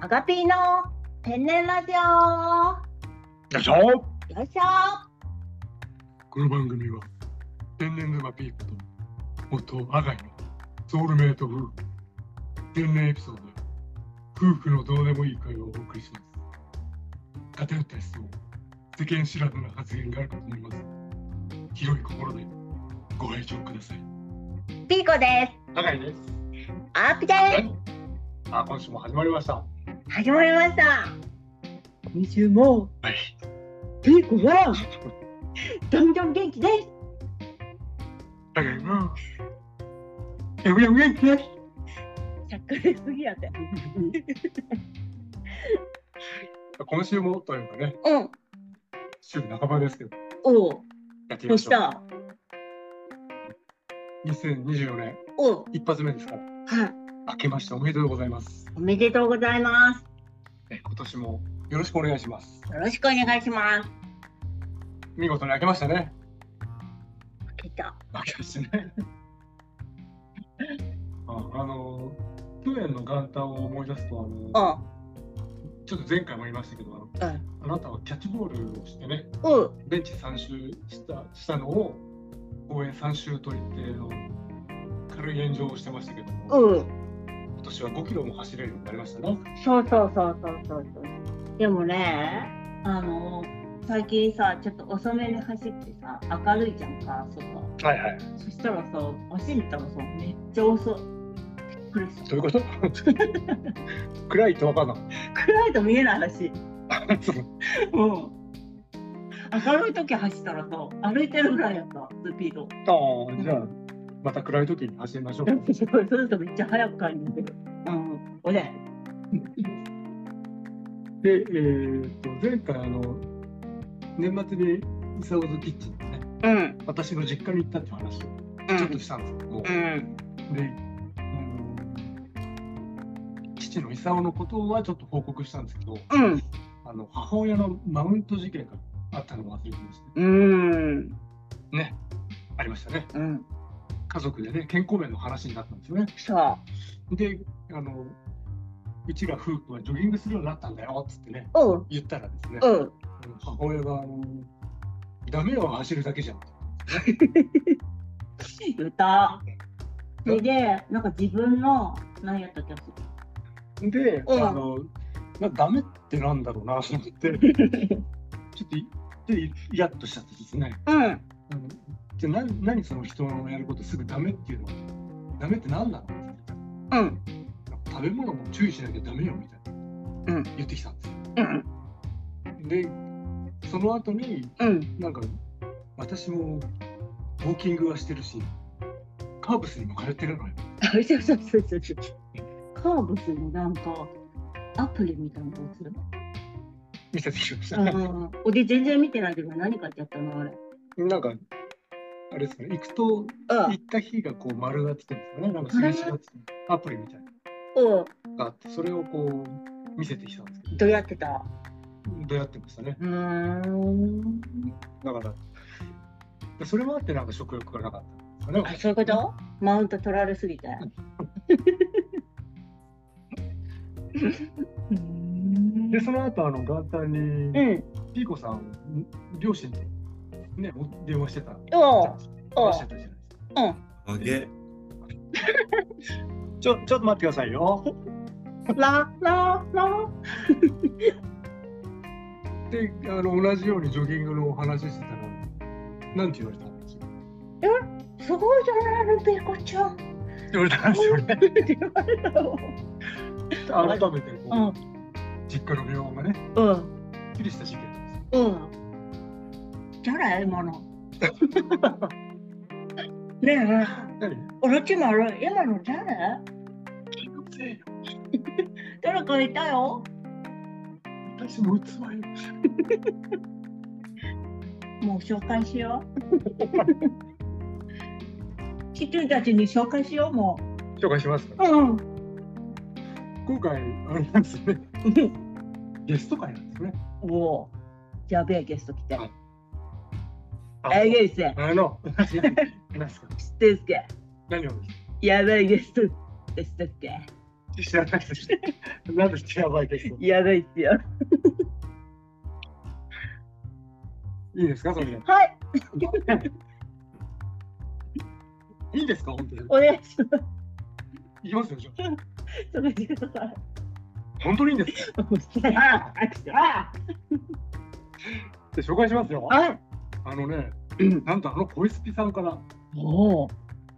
アガピーの天然ラジオよいしょよいしょこの番組は天然沼ピークと元アガイのソウルメイト夫婦天然エピソードや夫婦のどうでもいい会話をお送りします偏った質問世間知らずな発言があるかと思います広い心でご拝聴くださいピーコでアガイですすアーピですあ今週も始まりましたは始まりました今週もいピーコがどんどん元気ですアガイもやぶやぶ元気ですしゃっくりすぎやて今週もというかねうん週半ばですけどおうやってどみまうししょうた2024年おう一発目ですからはい明けましておめでとうございます。おめでとうございますえ今年もよろしくお願いします。よろしくお願いします見事に明けましたね。開けた明けましたね。 ああの去年の元旦を思い出すとあのおうちょっと前回も言いましたけどあのうんあなたはキャッチボールをしてねおうベンチ3周したしたのを応援3周と言ってあの軽い炎上をしてましたけども、うん今年は5キロも走れるようになりましたね。そうそうそうそうそうそうでもねあの最近さちょっと遅めに走ってさ明るいじゃんか外はいはい。そしたらさ、走ったらさ、めっちゃ遅い。びっくりした。どういうこと 暗いと分かんなかっ暗いと見えないらし い。た。そううん。明るい時走ったらさ、歩いてるぐらいやった、スピード。ああ、じゃあ、また暗い時に走りましょうか。そうするとめっちゃ速く感じてる。うん。おね。で、えーっと、前回、あの、年末に、イサオズキッチンでね、うん。私の実家に行ったっていう話をうちょっとしたんですけども、ん。で、あの父のイサオのことはちょっと報告したんですけど、うん。あの母親のマウント事件があったのも忘れてましうん。た。ね、ありましたね。うん。家族でね、健康面の話になったんですよね。そう。で、あの、うちら夫婦はジョギングするようになったんだよっつってね、おう。言ったらですね、おう。母親があのダメよ走るだけじゃん。歌。それで、なんか自分の、何やったっけで、うんあのなダメってなんだろうなと 思って、ちょっといでいイラッとしちゃってですね。うん。あのじゃあ何何その人のやることすぐダメっていうのダメって何なのうん。食べ物も注意しなきゃダメよみたいな、うん言ってきたんですよ。うん。でその後にうん。なんか私もウォーキングはしてるしカーブスにも通ってるのよ。そうそうそうそうそう。カーブスのなんかアプリみたいなのする。見せてきました。うん。俺全然見てないけど何書いてあったのあれ。なんか、あれですね、行くと、う行った日がこう丸がつくんですかね、なんか数字がつく、アプリみたいなうん。うのがあって、それをこう見せてきたんですけん。ど、どうやってた。出会ってましたね。うーん。だから、でそれもあってなんか食欲がなかったんですかあ、ね。そういうこと。マウント取られすぎて。うーんで、その後あの元旦うに、ん。ピーコさん、両親と、ね、お電話してた。おうおう話してたじゃないですか。あげ、ちょ、ちょっと待ってくださいよ。ラララ。で、あの同じようにジョギングのお話してたら、なんて言われたんですかすごいじゃないの、ペコちゃん。言われたんですよね。って言われたの。改めてこうう、ん実家の病院がね、うん。すっきりした事件なんですよ。うん。じゃない、今 の。ねえ。何俺ちもる今の誰誰かいたよ私の器よ。もう紹介しよ う知ってる人たちに紹介しようも紹介しますかううん今回、あれなんですよね。ゲスト会なんですね。おおやべえゲスト来てはいええゲストあの、何ですか知ってんすか何をですやばいゲストでしたっけ知らないです。なんで知らないです。いやばいっすよ。いですか、それで。はい、いいですか、本当に。お願いします。いきますよ、じゃあちょっと待ってください。本当にいいんですか。 ああで、紹介しますよ。あああのね、なんとあの小スピさんから、おお。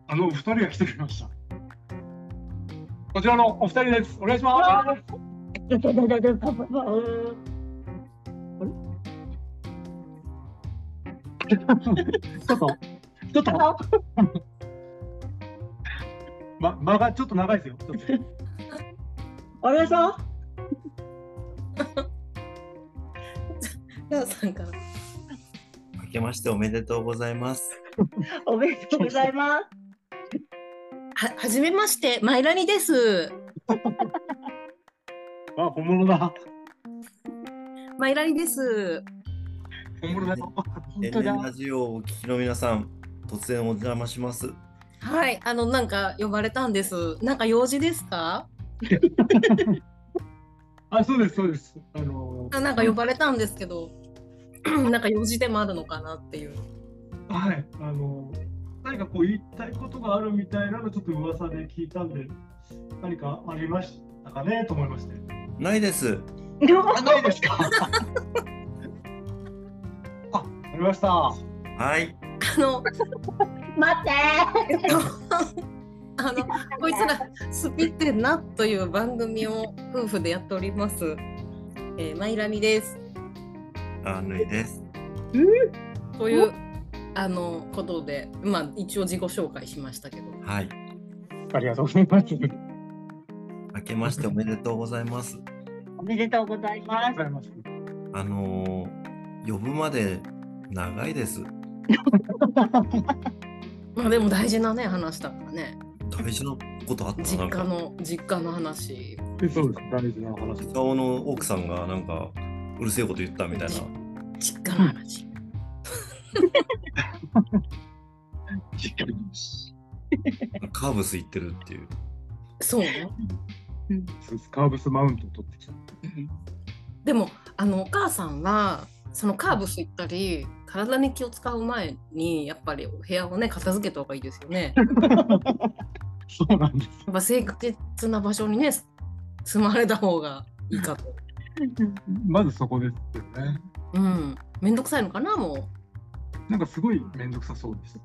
あのお二人が来てくれました。こちらのお二人です。お願いしまだだだだだパパパうーんす。ちょっと、ちょっと、あま、間がちょっと長い ですよ。ちょっとあれさラオさんから。明けましておめでとうございます。おめでとうございます。は、はじめまして、マイラニです。あ、本物だ。マイラニです。本物だよ。本天当だ然。ラジオをお聞きの皆さん、突然お邪魔します。はい、あの、なんか呼ばれたんです。なんか用事ですか。あ、そうです、そうです。あのーあ、なんか呼ばれたんですけど。なんか用事でもあるのかなっていう。はい、あのー何かこう言いたいことがあるみたいなのちょっと噂で聞いたんで、何かありましたかねと思いまして。ないです。あ、ないですか。あ、わかりました。はい。あ の、待ってえっとあの、こいつら、スピってんなという番組を夫婦でやっております。えーマイラニです。あぬいです。という。あのことで、まあ、一応自己紹介しましたけど。はい。ありがとうございます。ありがと明けましておめでとうございます。 おめでとうございまうございます。あのー呼ぶまで長いです。まあ、でも大事なね、話だからね。大事なことあった実なん家か。の実家の話えそうです。大事な話実家の奥さんがなんかうるせえこと言ったみたいな。実家の話しっかりです。カーブス行ってるっていう。そうねそうですカーブスマウント取ってきた。でもあのお母さんはそのカーブス行ったり体に気を使う前にやっぱりお部屋をね片付けた方がいいですよ ねや そうなんです。っぱ清潔な場所にね住まれた方がいいかとまずそこですよね。うん面倒くさいのかなもなんかすごい面倒くさそうです。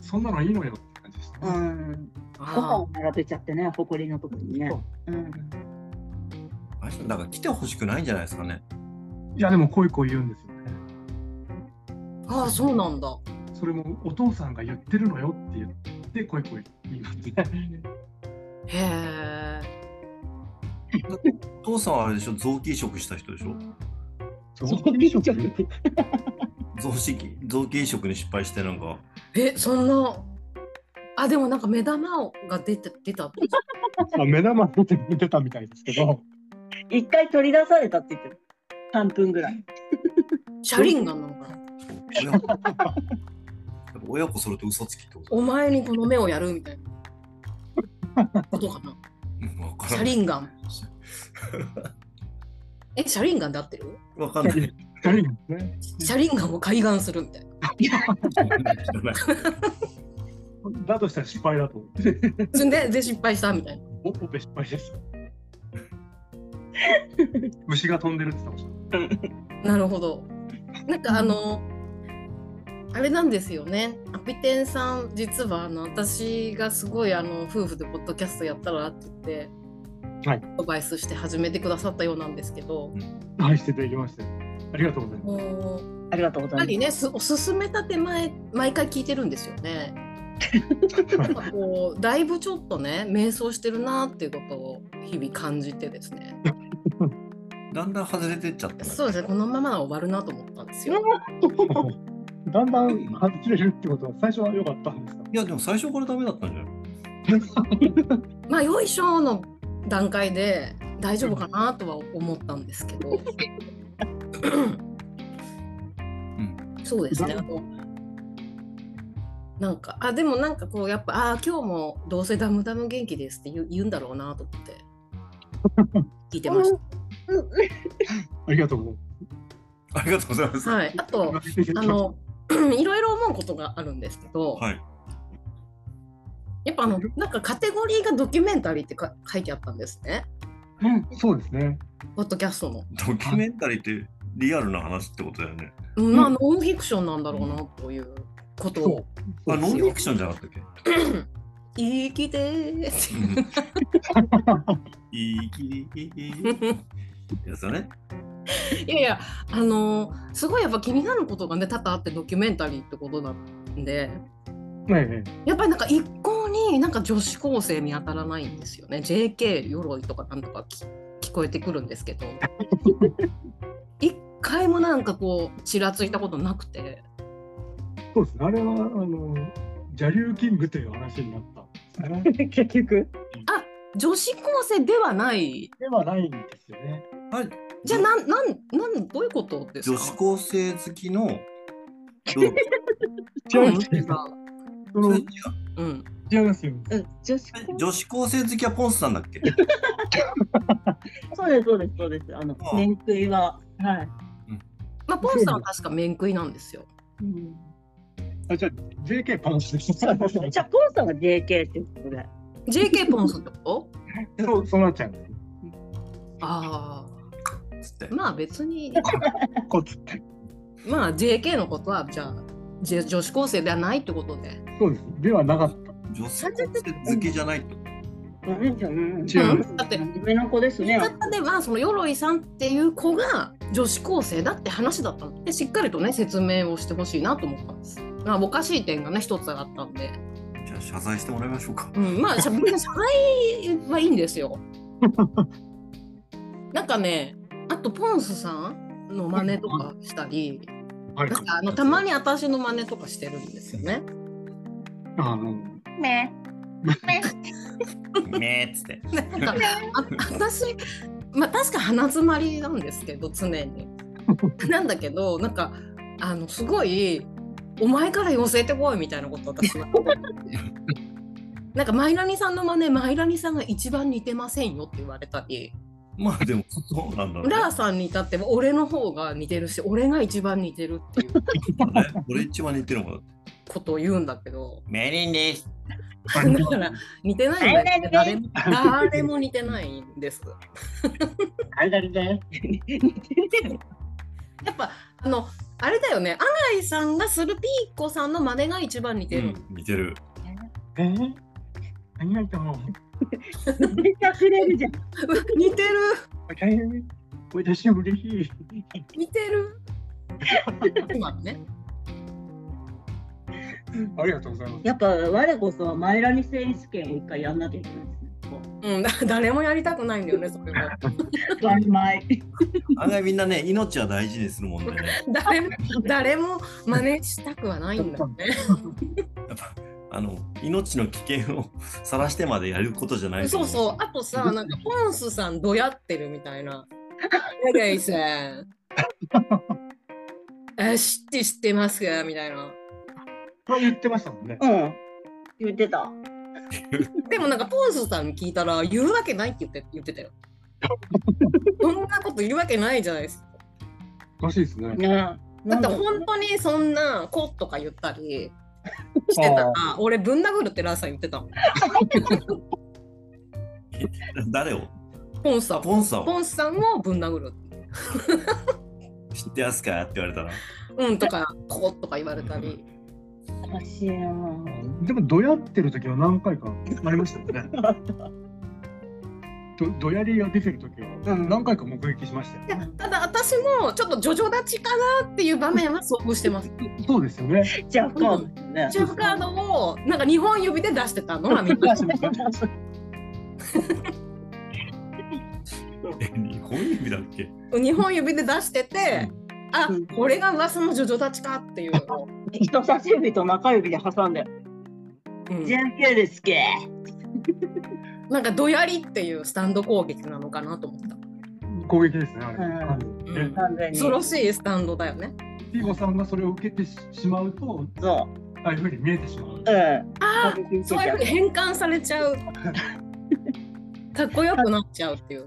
そんなのいいのよって感じでしたうね。ん。うご飯あを並べちゃってね、埃のとこにねそう。うん。あの人なんか来てほしくないんじゃないですかね。いやでもこういう子言うんですよね。ああそうなんだそれもお父さんが言ってるのよって言ってこういう子言うんですね。へえお父さんはあれでしょ臓器移植した人でしょ臓器移植臓器臓器移植に失敗してなんかえそんなあでもなんか目玉が出て出 たってまあ目玉出て出てたみたいですけど。一回取り出されたって言ってる。三分ぐらい。シャリンガンなのかそなう親子 やっぱ親子それと嘘つきってことお前にこの目をやるみたいなことかな。 うんわかシらャないリンガン。え、シャリンガンで合ってるわかんない 二人ね。シャリンガンを開眼するみたいな。知らないだとしたら失敗だと思う。そんで、で失敗したみたいな。おオペ失敗です。 虫が飛んでるって言ってました。なるほど。なんかあの、あれなんですよね。アピテンさん、実はあの私がすごいあの夫婦でポッドキャストやったらって言って、はいアドバイスして始めてくださったようなんですけど、はい、していただきまして。ありがとうござい ます。もうありがとうござやっぱいりまねすおすすめた手前毎回聞いてるんですよね。なんかこうだいぶちょっとね迷走してるなっていうことを日々感じてですねだんだん外れてっちゃったねそうですねこのままは終わるなと思ったんですよ。 だんだん外れるってことは最初は良かったんですか。いやでも最初からダメだったんじゃない まあよいしょの段階で大丈夫かなとは思ったんですけど。そうですねあのなんかあでもなんかこうやっぱあー今日もどうせダムダム元気ですって言う言うんだろうなと思って聞いてましありがとうごありがとうございます。た。はい、あとざいます。あの いろいろ思うことがあるんですけど、はい。やっぱあのなんかカテゴリーがドキュメンタリーってか書いてあったんですねうん、そうですね。ポッドキャストの。ドキュメンタリーってリアルな話ってことだよね。うんまあノンフィクションなんだろうなということそをうあ、そうノンフィクションじゃなかったっけ生きてーっいきいいてやつだね。いやいやあのーすごいやっぱ気になることがね多々あってドキュメンタリーってことなんでねえやっぱりなんか一向になんか女子高生見当たらないんですよね JK 鎧とかなんとかき聞こえてくるんですけど一回もなんかこうちらついたことなくてそうですね。あれは、あの、邪竜キングという話になったんですね。結局女子高生ではないではないんですよね。はい。じゃあなんなんなんどういうことです女か子高生好きの。どう違うんでうんすよ。そそのれ違違 ううん、いますよ。うん、女子高女子高生好きはポンスさんだっけ、そうです、そうです、そうです。あの、面食いは、はい。まあポンさんは確か面食いなんですようんあ、じゃあ JK パンスです。そうそう そうじゃあ、ポンさんが JK ってことで。 JK ポンスってことそう、そうなっちゃうんです。あつってあ。まあ別にこっつって。まあ JK のことはじゃあじ女子高生ではないってことでそうです。ではなかった。女子高生好きじゃないと。ダメじゃん。違うだって真面目な子ですね。方ではその鎧さんっていう子が女子高生だって話だったのでしっかりとね説明をしてほしいなと思ったんです。まあおかしい点がね一つあったんで、じゃあ謝罪してもらいましょうか。うん、まあしゃ 別に謝罪はいいんですよ。なんかねあとポンスさんの真似とかしたりはいなん。かあのたまに私の真似とかしてるんですよね。あ の、ね。 ねえっつって。なんかあ私、まあ、確か鼻詰まりなんですけど常に。 なんだけどなんかあのすごい「お前から寄せてこい」みたいなこと 私は。なんかマイラニさんの真似マイラニさんが一番似てませんよって言われたりまあでもそうなんだろう、ねラーさんに至っては俺の方が似てるし俺が一番似てるっていうそうだね。俺一番似てるもんだって。ことを言うんだけどメリンです。だから似てないんだけど誰も誰も似てないん です。はい、誰で。やっぱあのあれだよね新井さんがするピーコさんの真似が一番似てる、似てる。えー、何がいたのめちゃくれるじゃん。 似てる大変私嬉しい。似てる今のねありがとうございます。やっぱ、我こそはマイラニ選手権を一回やんなきゃいけないですね。うん だ誰もやりたくないんだよねそれはガンマイ。案外みんなね、命は大事にするもんでね。誰も誰も真似したくはないんだよねやっぱあの命の危険を さらしてまでやることじゃないとそ思うそうあとさなんかポンスさんどやってるみたいな「エレイさんあ知って知ってますか?」みたいなまあ言ってましたもんね。うん。言ってた。でもなんかポンスさんに聞いたら言うわけないって言って言ってたよ。そんなこと言うわけないじゃないですか。おかしいですね。ね。だだって本当にそんな「こ」とか言ったりしてたら俺ぶん殴るってラーさん言ってたもん誰をポンスさんポンサポをンスさんをぶん殴る。知ってやすかって言われたらうんとか「こ」とか言われたり。おかしいなぁ。でも、どやってる時は何回かありましたよね。どどやりが出てる時はうん何回か目撃しましたよ、ただ私もちょっとジョジョ立ちかなっていう場面は遭遇してます。そうですよね。じゃあ、こうね。ジョブカードをなんか日本指で出してた のは見ました。え日本指だっけ日本指で出してて。あ、これが噂のジョジョ立ちかっていう。人差し指と中指で挟んで、うんじゃんけんですけ。なんかどやりっていうスタンド攻撃なのかなと思った。攻撃ですね。あれうんうん完全に。恐ろしいスタンドだよね。ピーゴさんがそれを受けてしまうと、そああいうふうに見えてしまう。うん。ああ、そそういうふうに変換されちゃ う。かっこよくなっちゃうっていう。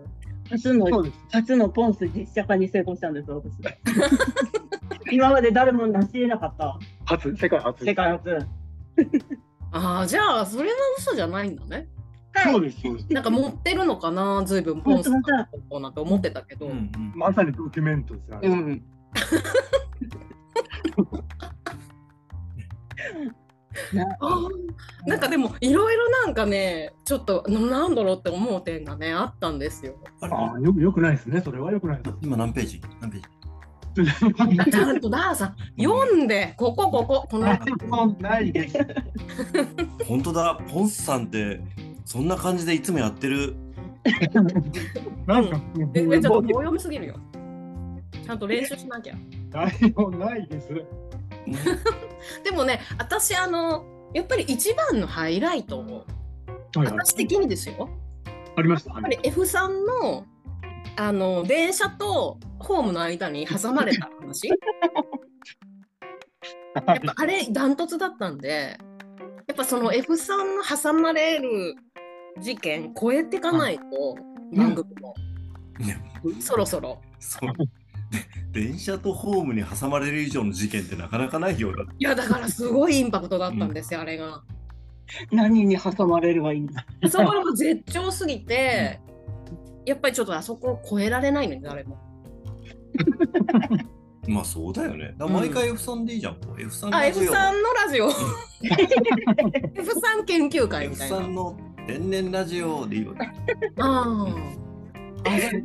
初のうです。初のポンス実写化に成功したんです 私。今まで誰も成し得なかった初、世界初世界初。ああ、じゃあ、それは嘘じゃないんだね。そうです、そうです。なんか持ってるのかな、ずいぶんポンスのことなんて思ってたけど。うんうんまさにドキュメントですよ。あれうん。あーなんかでもいろいろなんかねちょっとななんだろうって思う点がねあったんですよ。あれああ、よく、よくないですね。それはよくない で今何ページ何ページす。ちゃんとダーさん読んでこここここのもうないです。本当だ、ポンスさんってそんな感じでいつもやってる。なんか、えちょっと棒もう読みすぎるよ。ちゃんと練習しなきゃ。内容ないです。でもね私あのやっぱり一番のハイライトをはいはい。私的にですよ。ありました。やっぱり F さんのあの電車とホームの間に挟まれた 話。はやっぱあれダントツだったんでやっぱその F さんの挟まれる事件超えていかないと番組も、ねそろそろ そうで電車とホームに挟まれる以上の事件ってなかなかないようだ。いやだからすごいインパクトだったんですよ、あれが。何に挟まれればいいんだ。そこがもう絶頂すぎて、やっぱりちょっとあそこを超えられないのに誰も。まあそうだよね。だから毎回 F さんでいいじゃん。こう F さんあ F さんんのラジオ F さん研究会 F みたいさな。んの天然ラジオでいいわけ。あーあで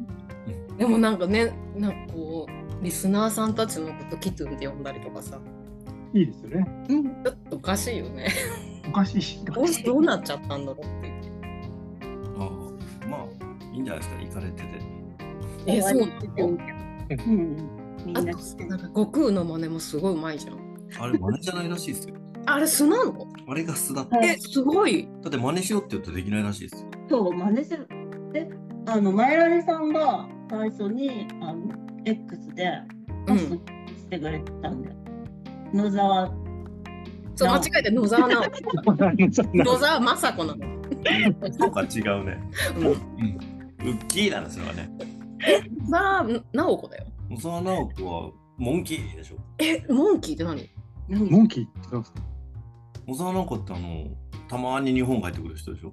もでもなんかねなんかこうリスナーさんたちのことキトゥンって呼んだりとかさ。いいですよね。ちょっとおかしいよね。 おかしいし。どうどうなっちゃったんだろうっていう。ああまあいいんじゃないですか。行かれてて。えそうなうんの。みんあな知ってとるなんか悟空の真似もすごいうまいじゃん。あれ真似じゃないらしいです よ。あれ素なの？あれが素だって。はいえすごい。だって真似しようって言うとできないらしい ですよ。そう、真似する。で、あの、前られさんが最初に、あの、X で、うポスん。してくれてたんだよ。野沢、そう間違えて野沢 なの。野沢雅子なの。そうか違うね。うんウッキーなんですよね。野沢直子だよ。小沢直子はモンキーでしょ。えモンキーって何？何モンキーってなんですか。小沢直子ってあのたまに日本帰ってくる人でしょ。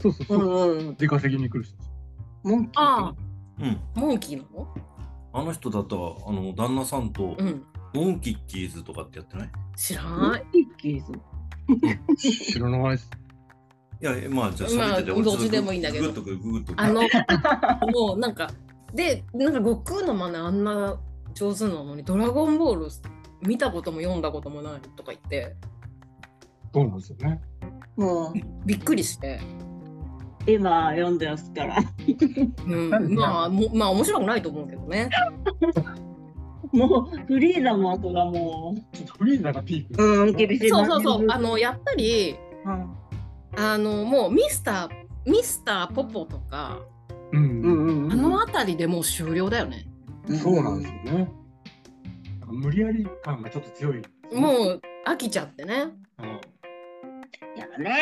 そうそううそう。んうん。出稼ぎに来る人です。モンキーあうん。あモンキーなの？あの人だったらあの旦那さんとうん。モンキッキーズとかってやってない知らモンない。キーキーズ。知らないです。いやいやまあじゃあ喋まあってて、俺どっちでもいいんだけどグッとくるグッとくるあの もうなんかでなんか悟空の真似あんな上手なのにドラゴンボール見たことも読んだこともないとか言ってそうなんですよね。もう、びっくりして。今読んでますから。うん、まあもまあ面白くないと思うけどね。もう、フリーザの後がもちょっとフリーザがピーう、ク。うん、厳しい。そうそうそうあのやっぱりうんあのもうミスターミスターポポとかう。うんんうんうん。あの辺りでもう終了だよね。そうなんですよね。無理やり感がちょっと強い。う。もう飽きちゃってね。やめよ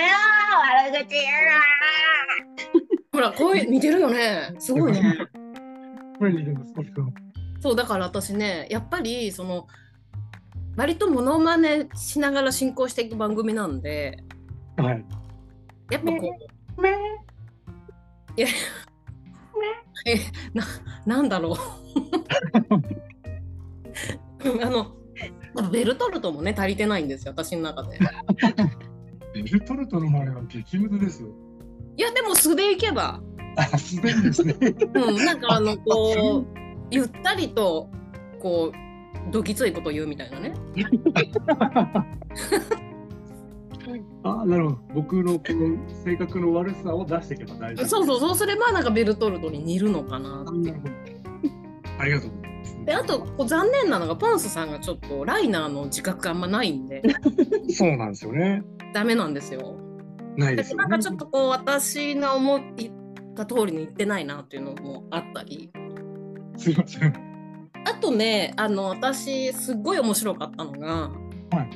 悪口言ほらこういう似てるよね。すごいね。これ似てます。これとそうだから私ねやっぱりその割とモノマネしながら進行していく番組なんではい。やっぱこうなうななんだ ろうあのベルトルトもね足りてないんですよ私の中で。ベルトルトの周りは激ムズですよ。いやでも素でいけば、あ、すでにですね。うん、なんかあのこうゆったりとこうどきついこと言うみたいなね。 あなるほど僕のこの性格の悪さを出していけば大丈夫そうそうそうすればなんかベルトルトに似るのかなあ。なるほどありがとうございますであとこう残念なのがポンスさんがちょっとライナーの自覚があんまないんでそうなんですよねダメなんですよ。ないだですからよ、なね、んかちょっとこう私が思った通りに言ってないなっていうのもあったりすいませんあとねあの私すっごい面白かったのが、はい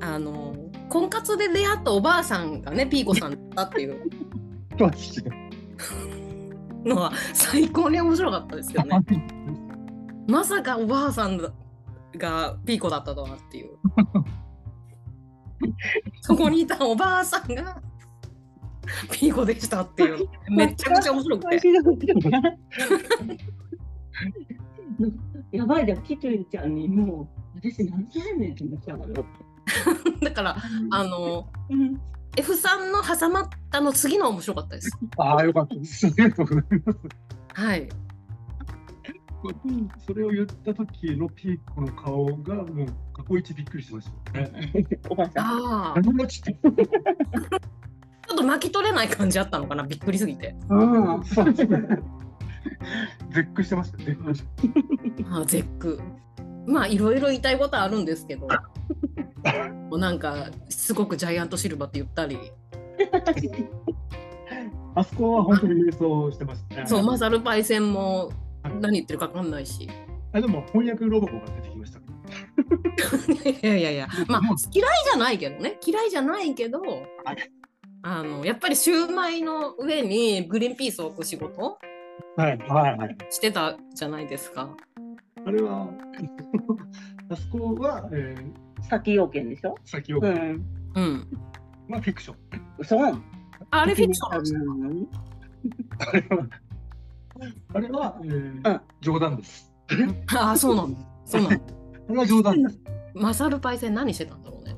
あの婚活で出会ったおばあさんがねピーコさんだったっていうマジでのは最高に面白かったですけどねまさかおばあさんがピーコだったとはっていうそこにいたおばあさんがピーコでしたっていうめちゃくちゃ面白くてやばいじゃん、キトゥンちゃんにもう、私何歳目ってなっちゃうのだからあのうん、 F さんの挟まったの次の面白かったですああ、よかったです。ありがとうございます。はいうんそれを言った時のピーコの顔がもう過去一びっくりしましたね。おばあさん。ああ何もちって。ちょっと巻き取れない感じあったのかなびっくりすぎてうんそうです ね絶句してました。絶句してああ絶句まあいろいろ言いたいことはあるんですけ どもうなんかすごくジャイアントシルバーって言ったりあそこは本当に瞑想してましたね。そうマサルパイセンもはい何言ってるか分かんないしあでも翻訳ロボコが出てきました。いやいやいやまあ嫌いじゃないけどね嫌いじゃないけどあのやっぱりシューマイの上にグリーンピースを置く仕事はいはいはい。してたじゃないですかあれはあそこは、えー、先要件でしょ先を、うん。うんまあフィクション。嘘あれフィクションンあれは あれは、えーうん冗談です。ああそうなんだそうなんだあれは冗談です。マサルパイセン何してたんだろうね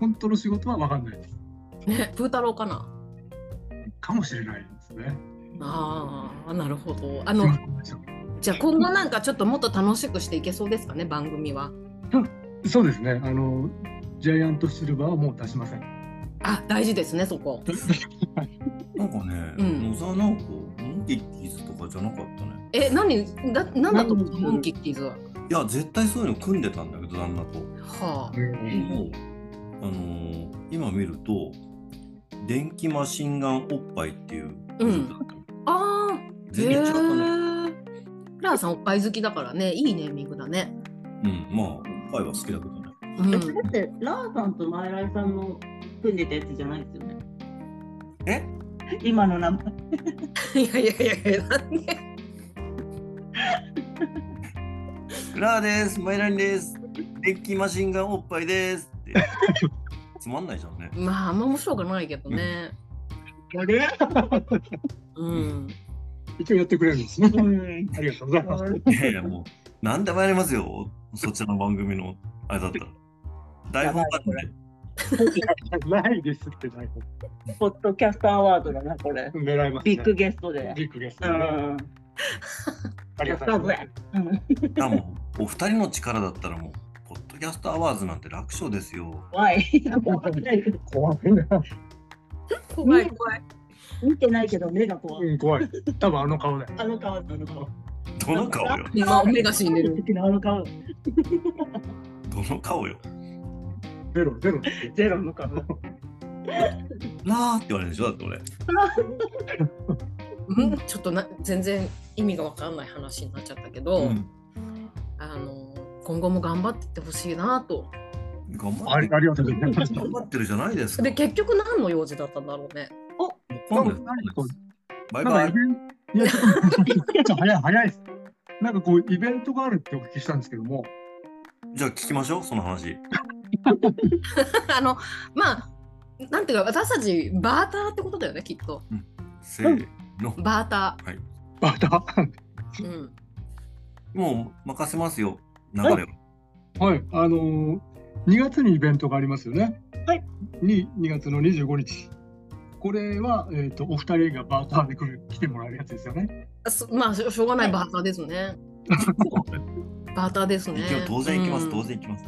本当の仕事は分かんないです。ねプータローかなかもしれないですね。ああなるほどあすいのませんでしじゃあ今後なんかちょっともっと楽しくしていけそうですかね番組はた そうですね。あのジャイアントシルバーはもう出しません。あ大事ですねそこなんかね、うん野沢直子、モンキッキーズとかじゃなかったね。え何だ何だと思うモンキッキーズはいや、絶対そういうの組んでたんだけど、旦那と。はあもう、あのー今見ると、電気マシンガンおっぱいっていう。うんあー全然違ったね。へーフラーさんおっぱい好きだからねいいネーミングだね。うん、まあ、おっぱいは好きだけどね。うん、だって、ラーさんとマイライさんの組んでたやつじゃないですよね。え今の名前。 いやいやいやいやなんでラーです、マイランです、デッキマシンガンおっぱいです って。つまんないじゃんね。まああんま面白くないけどね。あれうん。一応やってくれるんですね。 うん。ありがとうございます。いやいや、もう、何でもやりますよ、そちらの番組の、あれだったら。台本があってね、ないですってないこポッドキャストアワードだな、これと。狙います、ね。ビッグゲストで。ビッグゲスうト、ね。ん。ありがとうございます。うんいやもうお二人の力だったらもう、ポッドキャストアワーズなんて楽勝ですよ。怖い。 怖いな。怖い怖い。見てないけど、目が怖い。うん、怖い。多分あの顔で。あの顔、あの顔。どの顔よ、今目が死んでる。時のあの顔。どの顔よ。ゼロ、ゼロ。ゼロの顔。ラーって言われるでしょ、だって俺。うん、ちょっとな全然意味がわかんない話になっちゃったけど、うん、あの今後も頑張ってってほしいなと。頑張あってり る。ありがとうございます。頑張ってるじゃないですか。で結局何の用事だったんだろうね。今度バイなバんかイイベ。ント、いや、ちょっと早い、早いです。なんかこう、イベントがあるってお聞きしたんですけども、じゃあ聞きましょう、その話。 あのまあなんていうか私たちバーターってことだよねきっとせーの。バータまた、ー。うん。もう任せますよ、流れを。はい、あのー、2月にイベントがありますよね。はい。に、2月の25日。これは、えっ、と、お二人がバーターで来る、来てもらうやつですよね。そまあしょしょうがないバーターです ね。バーターですね一応。当然行きます、うん当然行きます。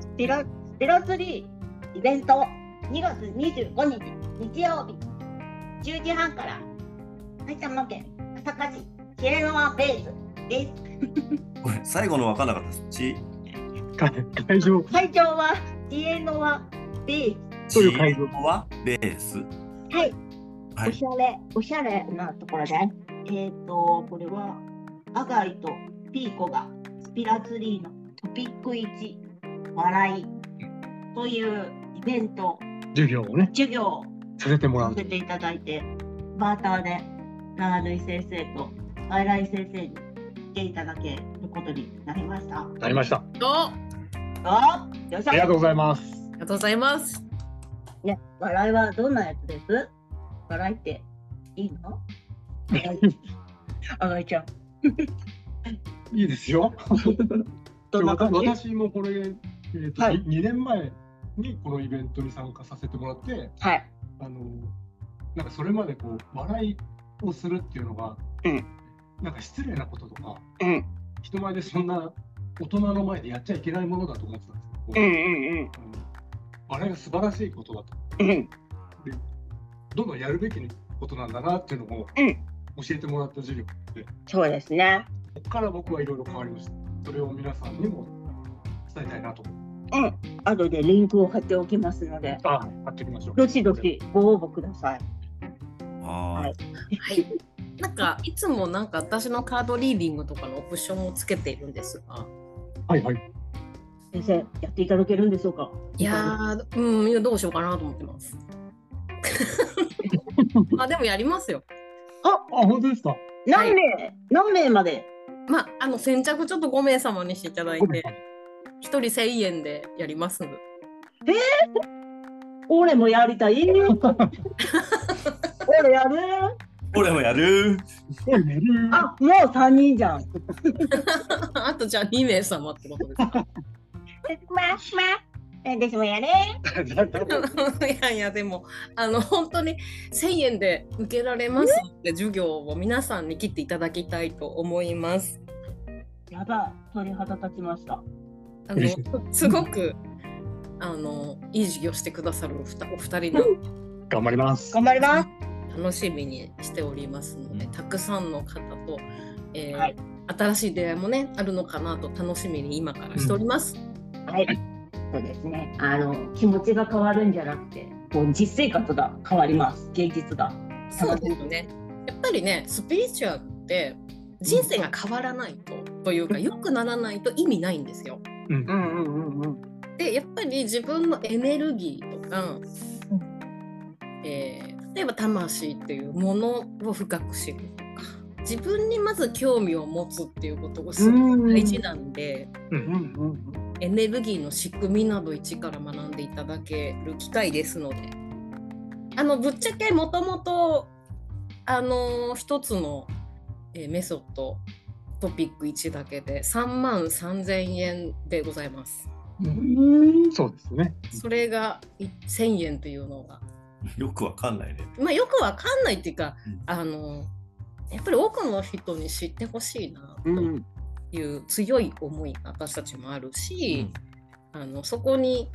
ステラ、ステラツリーイベント2月25日日曜日10時半から埼玉県朝霞市知恵の輪ベースです。これ最後の分かんなかったです。ち、会会場、会場は知恵の輪ベーそちういう会場はベース。ス。はい、はおい。しゃれ、おしゃれなところです。えっ、と、これはアガイとピーコがスピラツリーのトピック1笑いそういうイベント授業をね授業をさせてもらさうせていただいてバーターでラールイ先生と外来先生に来ていただけることになりました。なりましたおあおよっしありがゃとうございますりがとうございます。ね、笑いはどんなやつです笑いっていいの あがいちゃん。いいですよどんな感じ私もこれ、えーとははい2年前にこのイベントに参加させてもらってはい。あのなんかそれまでこう笑いをするっていうのが、うんなんか失礼なこととかうん人前でそんな大人の前でやっちゃいけないものだと思ってたんですけど、こううあんの笑いが素晴らしいことだとうんうんどんどんやるべきことなんだなっていうのをうん教えてもらった授業、そうですね。ここから僕はいろいろ変わりましたそれを皆さんにも伝えたいなと思ってうん。後でリンクを貼っておきますので、あ貼っておきましょうどしどしご応募ください。はーいはい。なんかいつもなんか私のカードリーディングとかのオプションをつけているんですが、はいはい先生、やっていただけるんでしょうかいやーうんいやどうしようかなと思って ます。あでもやりますよ。あ本当ですか何名、何名までまああの先着ちょっと5名様にしていただいごめんて、1人1000円でやりますの で。俺もやりた い。俺やる俺もやるおい寝るあ、もう3人じゃん。あとじゃあ2名様ってことですか。 まあまあ、私もやれ。いやいやでもあ の本当に1,000円で受けられますって授業を皆さんに切っていただきたいと思います。やばい、鳥肌立ちました。あ嬉しいのすごくあのいい授業してくださるお二お二人頑張ります頑張ります。の楽しみにしておりますのでたくさんの方と、えーはい新しい出会いもねあるのかなと楽しみに今からしております。はい。そうですね。あの、気持ちが変わるんじゃなくて、こう実生活が変わります。現実が。そうですね。やっぱりね、スピリチュアルって人生が変わらないと、というか、良くならないと意味ないんですよ。うんうんうんうんうん。で、やっぱり自分のエネルギーとか、うえー例えば魂っていうものを深く知るとか、自分にまず興味を持つっていうことがすごく大事なんで、うんエネルギーの仕組みなど一から学んでいただける機会ですのであのぶっちゃけもともとあの一つの、えーメソッドトピック1だけで3万3000円でございますうん。そうですねそれがい1000円というのがよくわかんないね。まあよくわかんないっていうかうんあのやっぱり多くの人に知ってほしいなうんという強い思いが私たちもあるし、うんあのそこに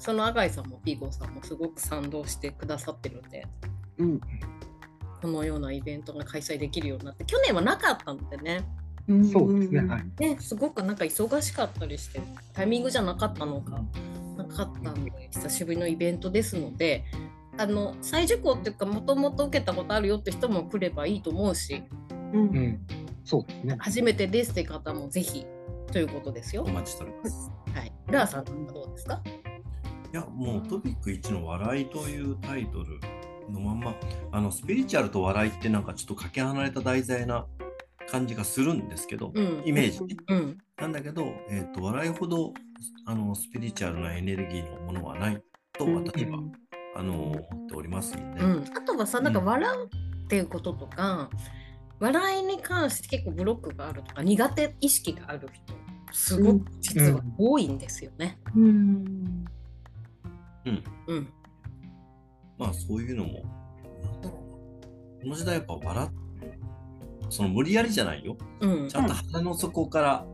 その永井さんもピーゴーさんもすごく賛同してくださってるんで、うんこのようなイベントが開催できるようになって去年はなかったのでねそうですねはいねすごくなんか忙しかったりしてタイミングじゃなかったのかなかったので久しぶりのイベントですのであの再受講っていうかもともと受けたことあるよって人も来ればいいと思うしう。うんんそうですね初めてですって方もぜひということですよお。待ちしております。はい、ラーさんはどうですかいや、もうトピック1の笑いというタイトルのまんま、あの、スピリチュアルと笑いってなんかちょっとかけ離れた題材な感じがするんですけど、うんイメージね。うんなんだけど、えっ、と、笑いほど、あの、スピリチュアルなエネルギーのものはないと私は、あの、思っておりますので、うん、あとはさうんなんか笑うっていうこととか、笑いに関して結構ブロックがあるとか苦手意識がある人すごく実は多いんですよね。うん。うんうんまあそういうのも、なんだろうな。この時代やっぱ笑っその無理やりじゃないよ。うんちゃんと腹の底から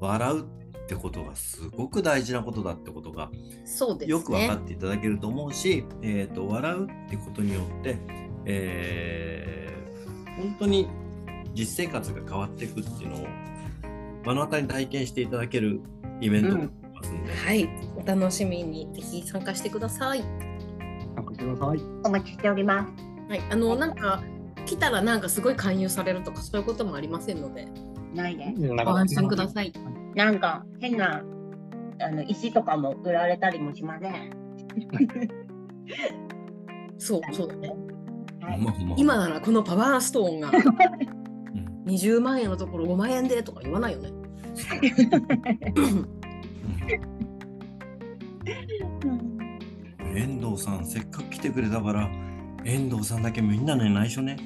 笑うってことがすごく大事なことだってことがそうですね。よく分かっていただけると思うし、えー、と笑うってことによって、えー本当に実生活が変わっていくっていうのを目の当たりに体験していただけるイベントになりますんで、はい、お楽しみにぜひ参加してください。参加してくださいお待ちしております。はい、あのなんか来たらなんかすごい勧誘されるとかそういうこともありませんのでないで。ご安心くだいさい。なんか変なあの石とかも売られたりもしません。そうそうだねはいまあまあ今ならこのパワーストーンがうん20万円のところ5万円でとか言わないよね遠藤さん、せっかく来てくれたから、遠藤さんだけみんなに内緒ね。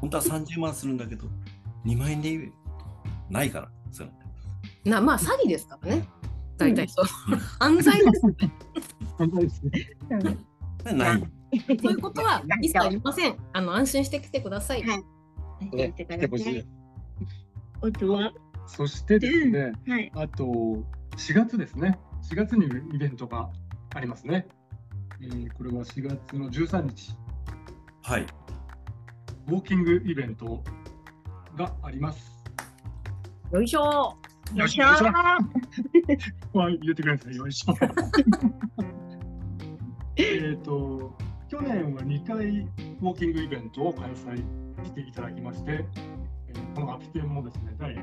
本当は30万するんだけど、2万円でいいよないから、それ。なまあ詐欺ですからね大体そう 犯罪です簡単ですね。ない。そういうことは一切ありませんあの安心して来てくださいはいね来てほしい。おとは、そしてですね、はい、あと4月ですね。4月にイベントがありますね。えーこれは4月の13日、はい。ウォーキングイベントがあります。よいしょよっしよゃいしょーはい、言ってください。よいしょ。えっと、去年は2回ウォーキングイベントを開催していただきまして、えーこのアピテンもですね、第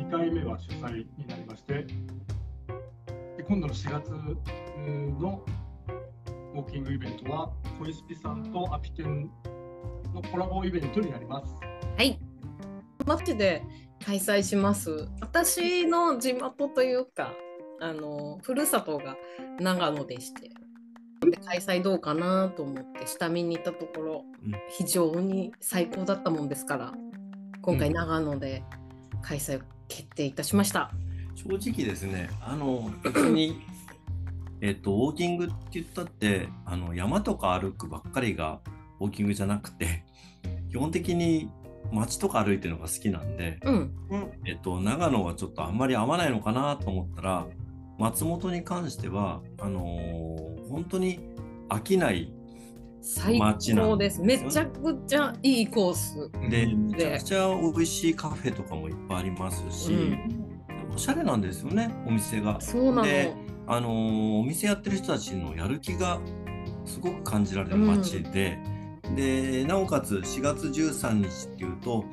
2回目は主催になりまして、で今度の4月えーのウォーキングイベントは、小石さんとアピテンのコラボイベントになります。はい。マッチで開催します。私の地元というか、あの、ふるさとが長野でして。で開催どうかなと思って下見に行ったところ、うん非常に最高だったもんですから今う回ん長野で開催を決定いたしました、正直ですね、あの、別に、えっと、ウォーキングって言ったって、あの、山とか歩くばっかりがウォーキングじゃなくて、基本的に街とか歩いてるのが好きなんで、うんえっと、長野はちょっとあんまり合わないのかなと思ったら松本に関してはあのー本当に飽きない最高ですめちゃくちゃいいコース、でうんめちゃくちゃ美味しいカフェとかもいっぱいありますし、うん、おしゃれなんですよねお店が。そうなのであのーお店やってる人たちのやる気がすごく感じられる街で、でなおかつ4月13日っていうと、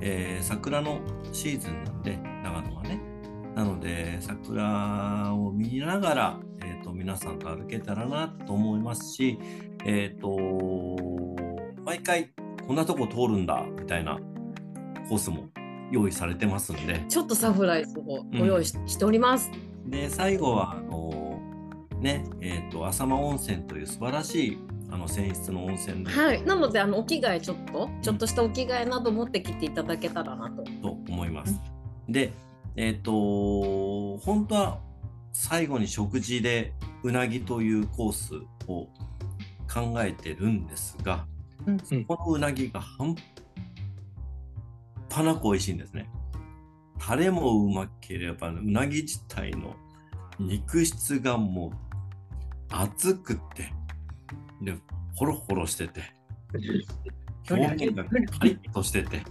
えー桜のシーズンなんで長野はねなので桜を見ながら、えー、と皆さんと歩けたらなと思いますしえっ、と毎回こんなとこ通るんだみたいなコースも用意されてますんでちょっとサプライズをご用意し,、しておりますで最後はあのねえー、と浅間温泉という素晴らしいあの泉質の温泉ではい、なのであのお着替えちょっとちょっとしたお着替えなど持ってきていただけたらなと。と思います。でえっ、と本当は最後に食事でうなぎというコースを考えてるんですが、うんそこのうなぎが半端なく美味しいんですね。タレもうまければうなぎ自体の肉質がもう熱くってでホロホロしてて表現がカリッとしてて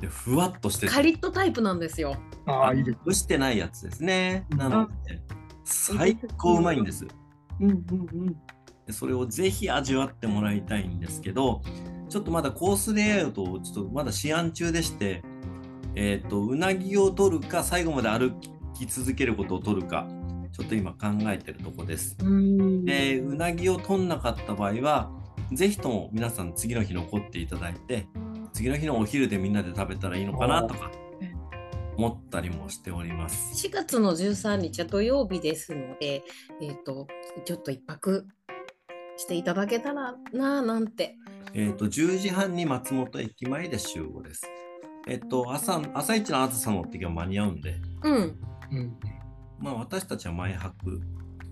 でふわっとしててカリッとタイプなんですよ。ああ、いいです。蒸してないやつですね。なので、最高うまいんです。うんうんでそれをぜひ味わってもらいたいんですけど、ちょっとまだコースレイアウトをちょっとまだ試案中でして、えっ、と、うなぎを取るか、最後まで歩き続けることを取るか、ちょっと今考えてるとこです。うんで、うなぎを取んなかった場合は、ぜひとも皆さん次の日残っていただいて、次の日のお昼でみんなで食べたらいいのかなとか思ったりもしております。 4月の13日は土曜日ですので、えっとちょっと一泊していただけたらなあなんて。えっ、と、10時半に松本駅前で集合です。えっ、と、朝、朝一のあずさの時は間に合うんで、うんうんまあ私たちは前泊。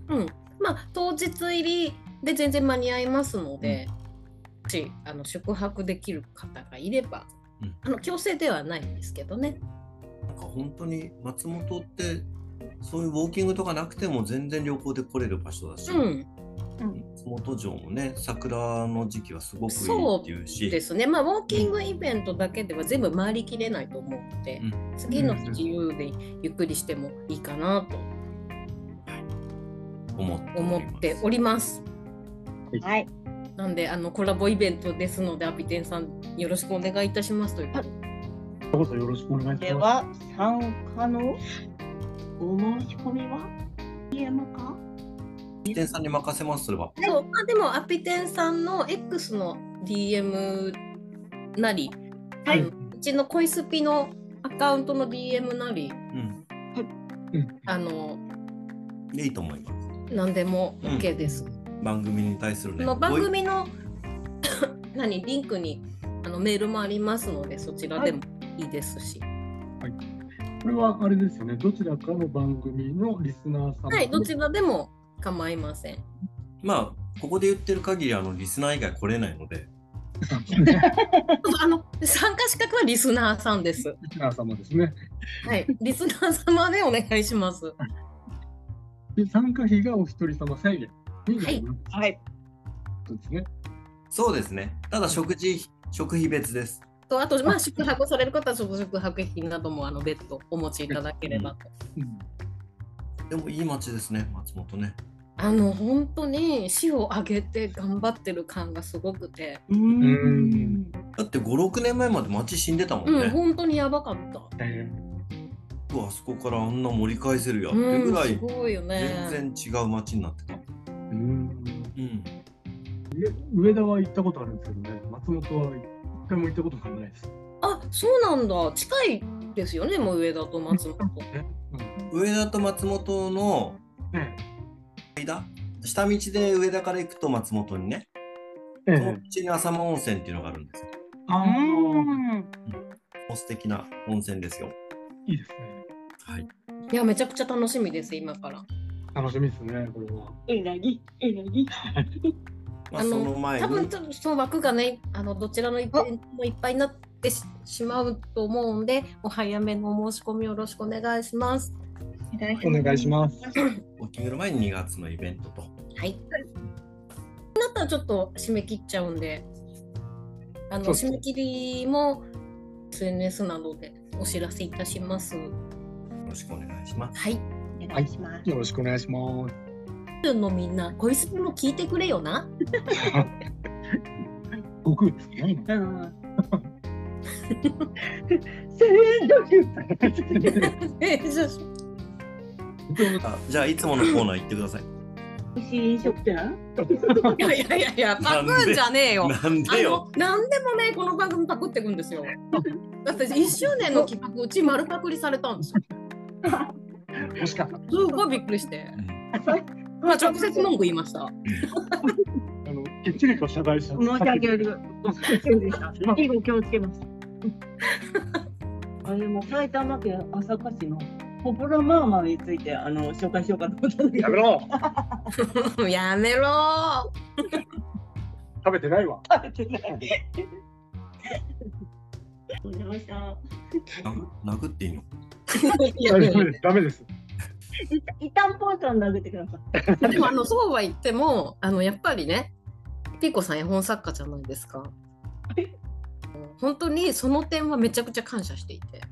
うん、まあ当日入りで全然間に合いますので、もしあの宿泊できる方がいれば、うんあの強制ではないんですけどね。なんか本当に松本って、そういうウォーキングとかなくても全然旅行で来れる場所だし、うん、松本城もね、桜の時期はすごくいいそっていううでし、すね、まあ、ウォーキングイベントだけでは全部回りきれないと思うので、うん次の日自由でゆっくりしてもいいかなと思っており思ますっております。うん。はい、なんであのコラボイベントですのでアピテンさんよろしくお願いいたしますということでどうぞよろしくお願いします。では参加のお申し込みは CM かピテンさんに任せますそれは。そうまあ、でもアピテンさんの X の DM なり、はいあのうちの恋スピのアカウントの DM なりうん。うんあのいいと思います。何でも OK です。番組に対するこね。の番ご意組の 何リンクにあのメールもありますのでそちらでもいいですし、はこれはあれですよね、どちらかの番組のリスナーさんいどちらでも構いません。まあここで言ってる限りあのリスナー以外来れないので。あの 参加資格はリスナーさんです。リスナー様ですね。はい、リスナー様でお願いします。で参加費がお一人様1000円になりまはい。すそうですね。そうですね。ただ食事食費別です。とあと、まあ、宿泊される方は食宿泊費などもあの別途お持ちいただければと。うんでもいい街ですね松本ね。あの本当に市を挙げて頑張ってる感がすごくて、うーん。だって56年前まで街死んでたもんうん、ね、本当にやばかった。えうわあそこからあんな盛り返せるやってうぐん、らすいごいよね。全然違う街になってた、ーうんうん、上田は行ったことあるんですけどね、松本は一回も行ったことがないです。あそうなんだ、近いですよね、もう上田と松本。上田と松本のね間下道で上田から行くと松本にねええそのうちに浅間温泉っていうのがあるんですよあうのーん。素敵な温泉ですよいいですね。はいいや、めちゃくちゃ楽しみです、今から。楽しみですね、これは。えなぎ、えなぎ。まああのその前多分にちょっとその枠がね、あのどちらのイベントもいっぱいになってししまうと思うんで、お早めのお申し込みよろしくお願いします。お願いします。お決める前に2月のイベントとはい。なったらちょっと締め切っちゃうんで、あそのうそう締め切りも SNS などでお知らせいたします。よろしくお願いしますはい。お願いします。よろしくお願いします。のみんな、こいつも聞いてくれよな。悟空ですね。うん。千円だけ。 あじゃあいつものコーナー行ってください美味しい飲食店。いやいやいやいや、パクんじゃねえよ。なんあでよの何でもね、この番組パクってくんです よ。だって1周年の企画、うち丸パクリされたんですよ。惜しかった。すごいびっくりして。うんまあ、直接文句言いました。あの、きっちりと謝罪した。申し訳ありませんで した。以後気をつけます。あれも埼玉県朝霞市のポポラマーマーについてあの紹介しようかと思ったんだけどやめろ。 やめろー。食べてないわ。お邪魔したな殴っていいのいやいやいやダメです。一旦ポンちゃん投げてください でもあのそうは言ってもあのやっぱりねピーコさん絵本作家じゃないですかえ。本当にその点はめちゃくちゃ感謝していて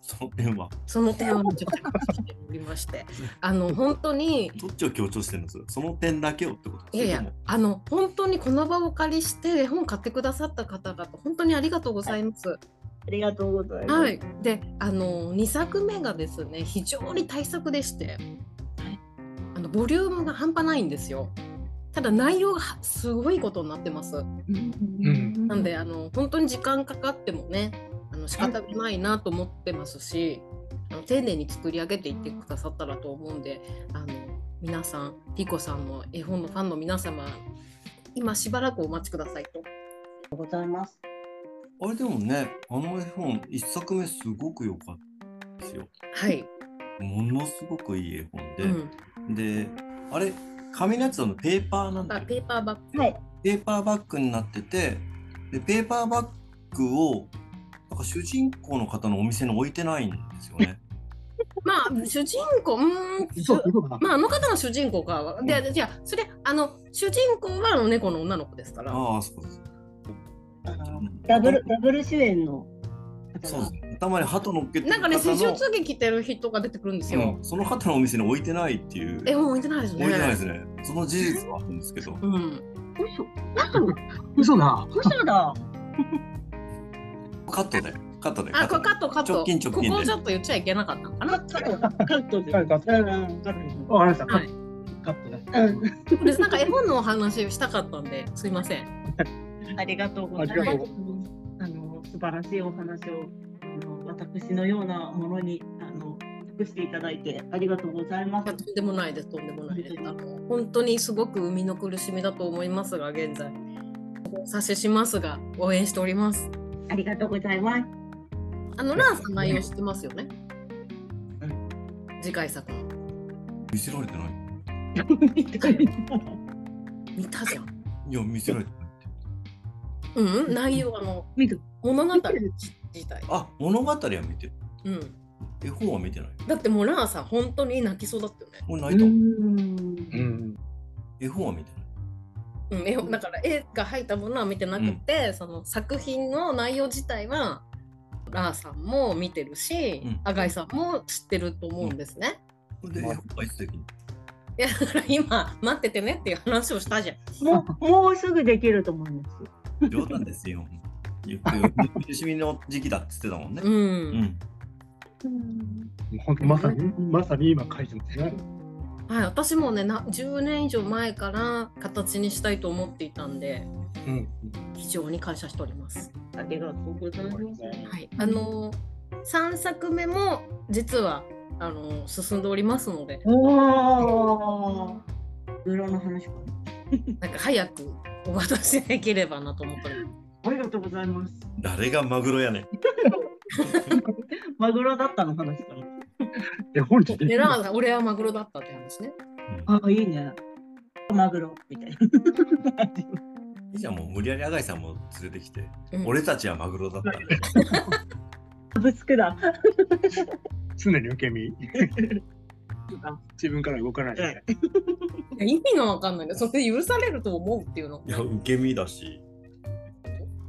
その点はその点はめちゃくちゃ感謝しておりましてあの本当にどっちを強調してるんですその点だけをってこといやいやあの本当にこの場をお借りして絵本買ってくださった方々本当にありがとうございます。ありがとうございます、はい、であの2作目がですね非常に大作でしてあのボリュームが半端ないんですよただ内容がはすごいことになってますんなんであの本当に時間かかってもねあの仕方がないなと思ってますしあの丁寧に作り上げていってくださったらと思うんであの皆さんピコさんの絵本のファンの皆様今しばらくお待ちくださいとございますあれでもね、あの絵本、一作目すごく良かったですよ。はい、ものすごくいい絵本で。うん、で、あれ、紙のやつはペーパーなんだあよペーパーバッグはいペーパーバッグになってて、で、ペーパーバッグを、なんか主人公の方のお店に置いてないんですよね。まあ主人公うーんそう、そういうことだ。まあ、あの方の主人公かは、で、じゃあ、それ、あの、主人公はあの猫の女の子ですから。ああ、そうです。ダブルダブル主演のそうですね。頭に鳩乗っけてなんかね、方施の術着着てる人が出てくるんですうよ。んその方のお店に置いてないっていう。絵本置いてないです置ね。いてないですね。その事実はあるんですけど。うん。嘘嘘嘘だ。嘘だカットで、カットで。あ、これカットカット。直近直近でここちょっと言っちゃいけなかったのかな。 カット、カットで。カットうんうん、カッわかりました。カはいッ。カットで。ト。うんそうですなんか絵本のお話したかったんで、すいません。ありがとうございますありがとう。あの素晴らしいお話をあの私のようなものにあの託していただいてありがとうございまいやす。とんでもないです、とんでもないです。あの本当にすごく生みの苦しみだと思いますが、現在。お察ししますが、応援しております。ありがとうございます。あの、ランさん内容知ってますよね。次回作の。見せられてない。見たじゃん。いや、見せられてない。うん、内容、あの、見る物語自体。あ、物語は見てる。うん。絵本は見てない。だってもうランさん、本当に泣きそうだったよね。もうう泣いたもん。ん。うん。絵本は見てない。うん、絵本だから絵が入ったものは見てなくて、その作品の内容自体はラーさんも見てるしうん阿賀井さんも知ってると思うんですね。これで絵まあ本はいつ的に。いやだから今待っててねっていう話をしたじゃん。もうもうすぐできると思います。冗談です よ。言ってよ。苦しみの時期だっつってたもんねう。んうん。うん。もう本当まさに、まさに今書いてますね。はい、私もねな10年以上前から形にしたいと思っていたんでうん。非常に感謝しております。ありがとうございます。はい、あの3作目も実はあの進んでおりますのでおお。裏の話か。なんか早くお渡しできればなと思っております。ありがとうございます。誰がマグロやねん。マグロだったの話から。え、本日で、ラーさん、俺はマグロだったって話ね。あ、いいね。マグロみたいな。 いいじゃん、もう無理やり阿いさんも連れてきて、うん俺たちはマグロだったんだよ。ぶつくだ。常に受け身。自分から動かないで。いや意味がわかんないね。それで許されると思うっていうのい。や、受け身だし。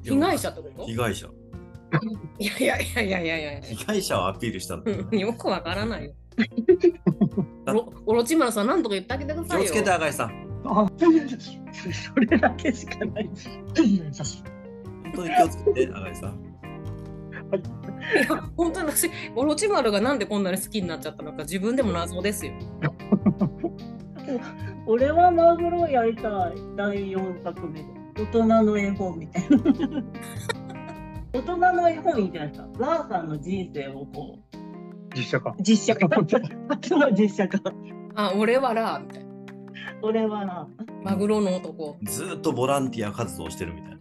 被害者ってこ被害者。といやいやいやいやいやいや。被害者をアピールしたんだようんよくわからないよ。おろオロチマルさん、なんとか言ってあげてくだ気さいをよ。つけて、阿いさん。あ、それだけしかない。本当に気をつけて、阿いさん。いや、本当に私、オロチマルがなんでこんなに好きになっちゃったのか、自分でも謎ですよ。俺はマグロやりたい。第4作目で。大人の絵本みた いな。大人の絵本いいじゃないですか。ラーさんの人生をこう、実写化。実写 化。初の実写化。あ、俺はラーみたいな。俺はな、マグロの男。ずーっとボランティア活動してるみ たい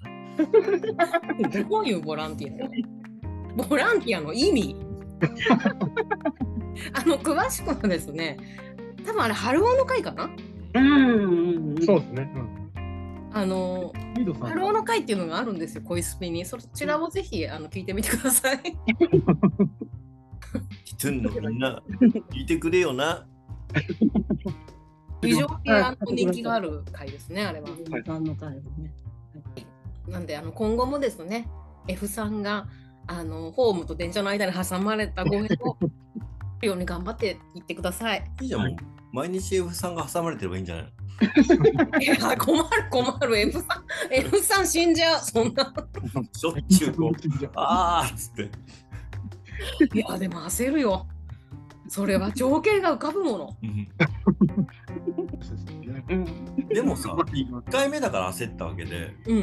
な。どういうボランティアなのボランティアの意味あの、詳しくはですね、多分あれ、春尾の会かなうんうんそうですね。あのうん。ミドさんハ。ローの会っていうのがあるんですよ、恋スピに。そちらをぜひあの聞いてみてくだ さい。来てんのみんな、聞いてくれよな。非常にあの人気がある会ですね、あれは。はいさんの回もね。なんであの今後もですね、F さんがあのホームと電車の間に挟まれたご縁をように頑張っていってください。いいじゃん、もう。毎日 F さんが挟まれてればいいんじゃないのいや困る困る F さん F さん死んじゃうそんな。しょっちゅうこう、あーっつって。いやでも焦るよ。それは情景が浮かぶもの。うんうん。でもさ、1回目だから焦ったわけで、うん。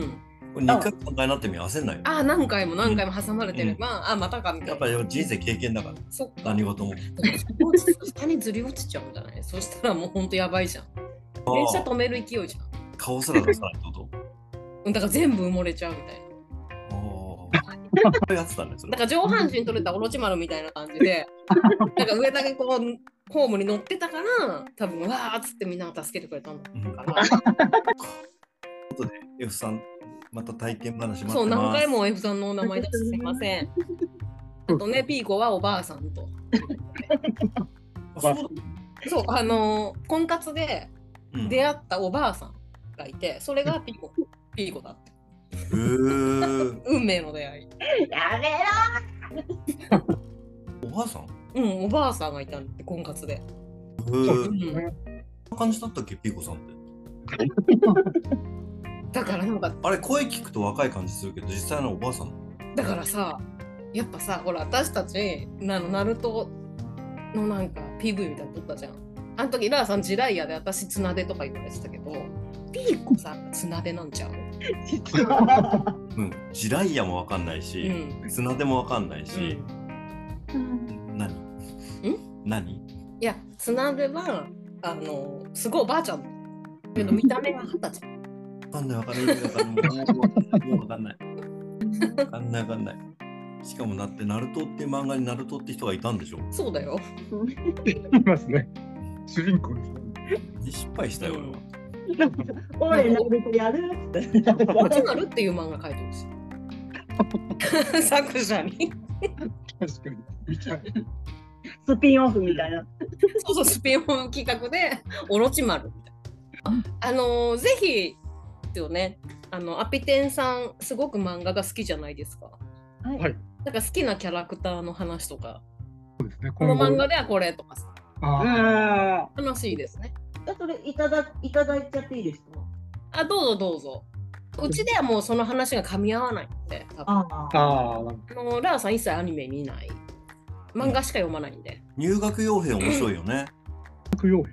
これ2回3回になってみ焦んないよ。ああ何回も何回も挟まれてれば、ああまたかみたいな。やっぱり人生経験だから、そっか何事も。下にずり落ちちゃうんじゃないそしたらもうほんとやばいじゃん。電車止める勢いじゃん顔すら出さないってこと。うんだから全部埋もれちゃうみたいな。ああ。やってたね、 それだ。から上半身取れたオロチマルみたいな感じ で、なんか上だけこう、ホームに乗ってたから、多分わーっつってみんなが助けてくれたんだうん から、 F さん、また体験話待ってます。そう、何回も F さんのお名前出してすみません。あとね、ピーコはおばあさんと。あ。そうそう、あのー婚活でうんへ出会ったおばあさんがいて、それがピーコ、ピーコだって。ー運命の出会い。やめろおばあさんへうん、おばあさんがいたんで、婚活で。ーうんこんな感じだったっけ、ピーコさんって。だからなんかあれ、声聞くと若い感じするけど、実際のおばあさん。だからさやっぱさほら私たちなのナルトのなんか PV みたいなの撮ったじゃんあの時ラーさん地雷屋で私綱でとか言われてたけどピーコさんが綱でなんちゃう、実は。うん、地雷屋もわかんないし、ん砂でもわかんないうし、ん何何いや綱ではあのすごいおばあちゃんけど見た目が二十歳わかんないわかんないわかんないもうわかんないわかんないわかんないしかもだってナルトって漫画にナルトって人がいたんでしょそうだ よいますね。主人公ですね。で失敗したよ俺は おい、なんかやるって。 「ちなる」っていう漫画書いてほ しい作者に確かに。見ちゃう。 スピンオフみたいな。そうそう、スピンオフ企画で、 オロチマルみたいな。あのー、ぜひ、ですよね、あの、アピテンさん、すごく漫画が好きじゃないですか。はいなんか好きなキャラクターの話とか、そうですね。この漫画ではこれとかさ、うあん。楽しいですね。え、それ、いただ、いただいちゃっていいですか。あ、どうぞどうぞ。うちではもうその話が噛み合わないんで、多分あー。あーなんかあのーラーさん一切アニメ見ない。漫画しか読まないんで。入学傭兵面白いよね学用兵。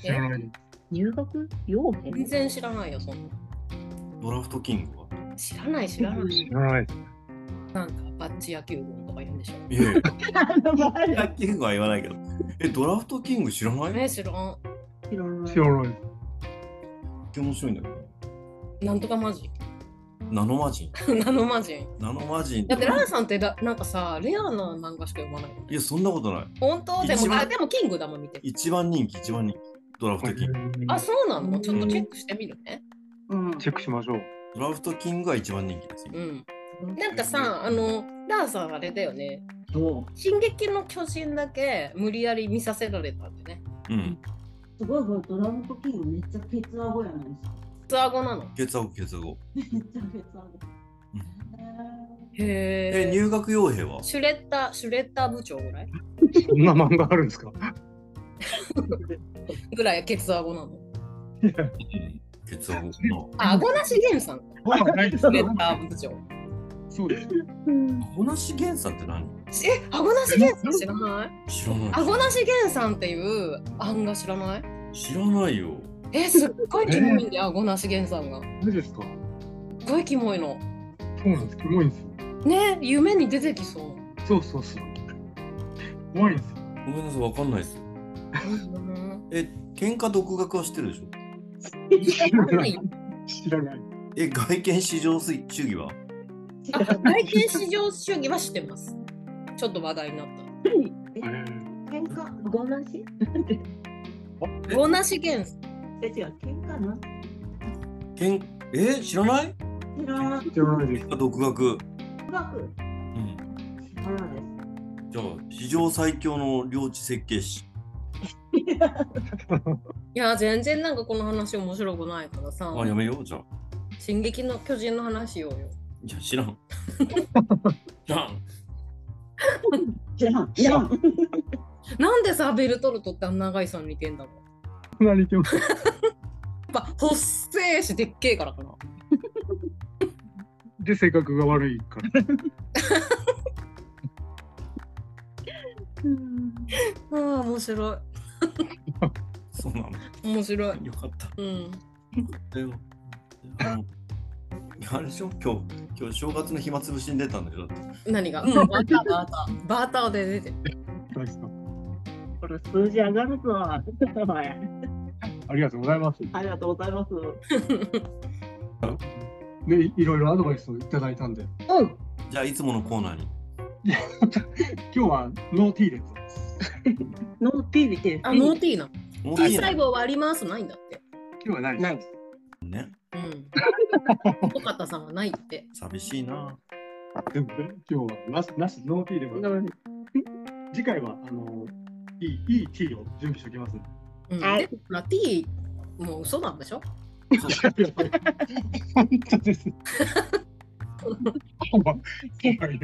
知らない。入学用全然知らないよ、そんドラフトキングはな。知らない、知らない。知らないです。なんか、バッチ野球部とか言うんでしょ。いやいやあの、前野球部は言わないけどえドラフトキング知らないね、知らん。知らない知らないです。面白いんだけどなんとかマジ。ナノマジン ナノマジン。ナノマジンだってラーさんってだなんかさレアな漫画しか読まないよねいやそんなことない本当で一も番あでもキングダム見てる一番人気一番人気ドラフトキングあそうなのちょっとチェックしてみるねうんチェックしましょう。ドラフトキングが一番人気ですようんなんかさあのラーさんあれだよねそ「進撃の巨人」だけ無理やり見させられたんでねうんうすごいこれドラムとキングめっちゃケツアゴやないですか ツアゴなの血圧血合めっちゃケツアゴうんえへえ入学傭兵はシュレッダーシュレッダー部長ぐらいそんな漫画あるんですか。ぐらいケツアゴなの血圧あアゴナシゲンさんかないですシュレッダー部長そうです。アナシゲンさんって何えアゴナシゲンさん知らない知らないアゴナシゲンさんっていう漫画知らない知らないよえすっごいキモいんだよ、ゴナシゲンさんが。マジですか。すっごいキモいの。そうなんです。キモいんですよ。ね夢に出てきそう。そうそうそう。怖いんですよ。ごめんなさいわかんないですえ喧嘩独学は知ってるでしょ知らなないい。知らない。え外見至上主義はあ外見至上主義は知ってます。ちょっと話題になっえー喧嘩ごなした。ゴナシゲンさん。え違う喧嘩なんけんえ知らない知らない知らないです。喧嘩独学うまくうん知らないですじゃあ史上最強の領地設計士いや全然なんかこの話面白くないからさあやめようじゃあ「進撃の巨人」の話をよ。いや 知らん知らん知らん知らんなんでさベルトルトってあんな長井さん似てんだろう隣行きやっぱほっせえしでっけえからかな。で性格が悪いから。ああ面白い。そうなの面白い。よかったうん。でも、あの、あれでしょ、今日、今日正月の暇つぶしに出たんだけど、何が、うん、バーターバーター。バーターで出て る。大好きこれ数字上がるぞ はいありがとうございます。ありがとうございますで、いいろいろアドバイスをいただいたんで、うんじゃあいつものコーナーに。今日はノーティーでございます。ノーピービテあノーティーなの。もうでいいな最後割りますないんだって。今日はないです。ないね、うん。尾形さんはないって。寂しいな。でもね、今日はなし、なし、ノーティーでございます。次回は、あの、いい、いいティーを準備しておきますんで。うん、はいでもラティーもう嘘なんでしょ本当です。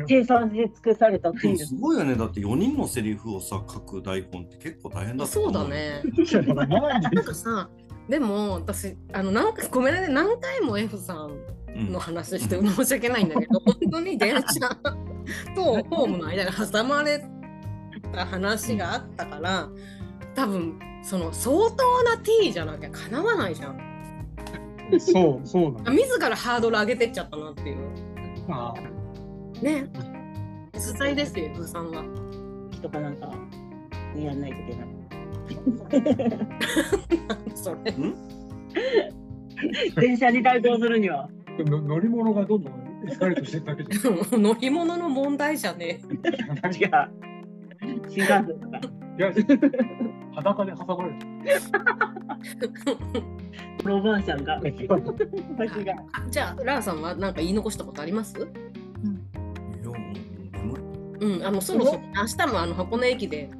計算で尽くされたでピもーすごいよね、だって4人のセリフをさ、書く台本って結構大変だったとそう思だ。ね。ななんかさ、でも私、あのなんかごめんなさい、何回も F さんうのん、話して申し訳ないんだけど、本当に電車、 とホームの間が挟まれた話があったから多分その相当な T じゃなきゃかなわないじゃんそう、そうなあの。自らハードル上げてっちゃったなっていうまあね実際ですよ伊藤さんは人かなんかにやんないといけないそれ電車に対抗するにはの乗り物がどんどんエスカレートしてるだけじ乗り物の問題じゃね ゃない。違う新幹線とかいや、裸で挟まれてる。ロバーシャンが私がえじゃあラーさんは何か言い残したことありますやもううんあのそろそろ明日もあの箱根駅で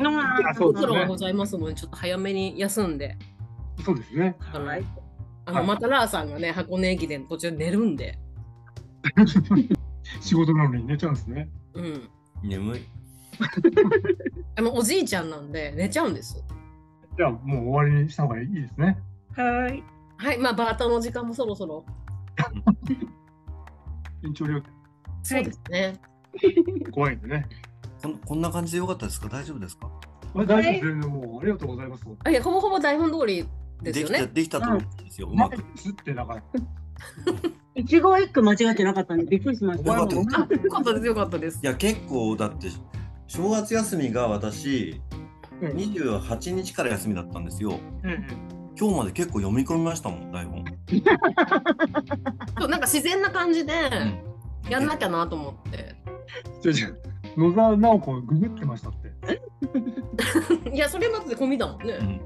あそうですソねロがございますのでちょっと早めに休んでそうですね。はいあのまたラーさんがね箱根駅伝途中寝るんで仕事なのに寝ちゃうんですね。うん眠い。あのおじいちゃんなんで寝ちゃうんですじゃあ、もう終わりにした方がいいですね。はいはいまあバーターの時間もそろそろ延長料そうですね金怖いんでね。こんこんな感じでよかったですか大丈夫ですかまあ、大丈夫です。全然もう、ありがとうございます。あいやほぼほぼ台本通りでですよきたねできたと思うんですよ、うまく。よすってだから。一語一句間違ってなかったんでびっくりしましたかったですあよかったですよかったですいや結構だって正月休みが私うん28日から休みだったんですよ。え今日まで結構読み込みましたもん台本。そうなんか自然な感じでうんやんなきゃなと思ってえ。じゃあ、野沢直子ググってましたって。いやそれまで込みだもんうねん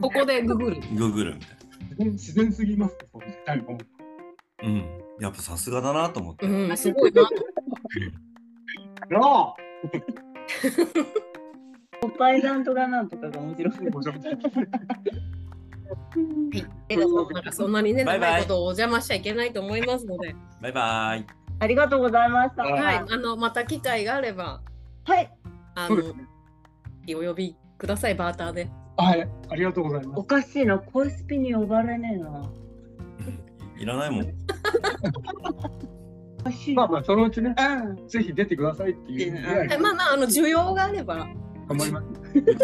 ここでググる Google みたい自然自然すぎますって。そうタイプな。もうん。やっぱさすがだなと思って。うんすごいなよおっぱいダントがなんとかが面白いーごちゃごちゃなんかそんなにねバイバイ長いことをお邪魔しちゃいけないと思いますのでバイバ イ。ありがとうございましたはいはいあのまた機会があればはいあそのうですお呼びくださいバーターではい、ありがとうございまおす。かしいなコイスピに呼ばれねえないらないもん。おかしいまなあまあ、そのうちね、うんぜひ出てくださいっていうぐらいえまあまああの需要があれば頑張ります。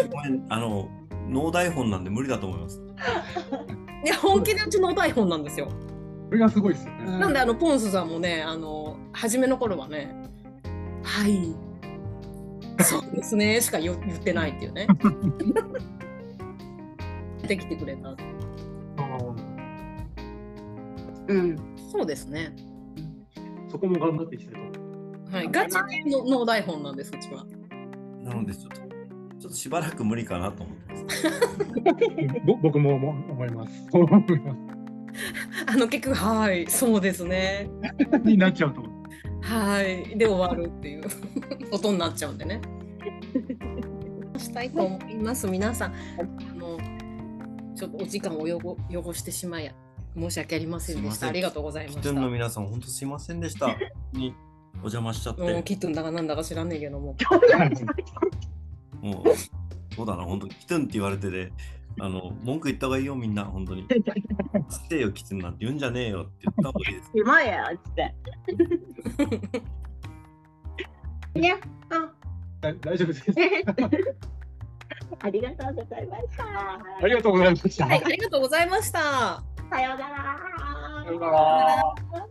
ごめんあの脳台本なんで無理だと思います。いや本気でうちのお台本なんですよこれがすごいですよね。なんであのポンスさんもねあの初めの頃はね「はいそうですね」しか言言ってないっていう ね出てきてくれたあのうん そうですねそこも頑張っていきたいと思います。はいガチの脳台本なんですうちはなのでちょっとちょっとしばらく無理かなと思ってます。ぼ 僕も思思います。そう思いま あの結局「はいそうですね」す。になっちゃうと思う。 「はい」で終わるって いうことになっちゃうんでねしたいと思います皆さんあのちょっとお時間を汚汚してしまい申し訳ありませ んですいましせたんありがとうございまキしトたゥンの皆さん本当すいませんで した。にお邪魔しちゃって。うん、キットンだかなんだか知らねえけども。もう、そうだな、本当に、キトゥンって言われてで、あの、文句言った方がいいよ、みんな、本当に。つってよ、キトゥンなんて言うんじゃねえよって言った方がいいです。暇やつって にゃっあだ大丈夫です。ありがとうございましたありがとうございました。はい、ありがとうございました。さようならさようなら。さようなら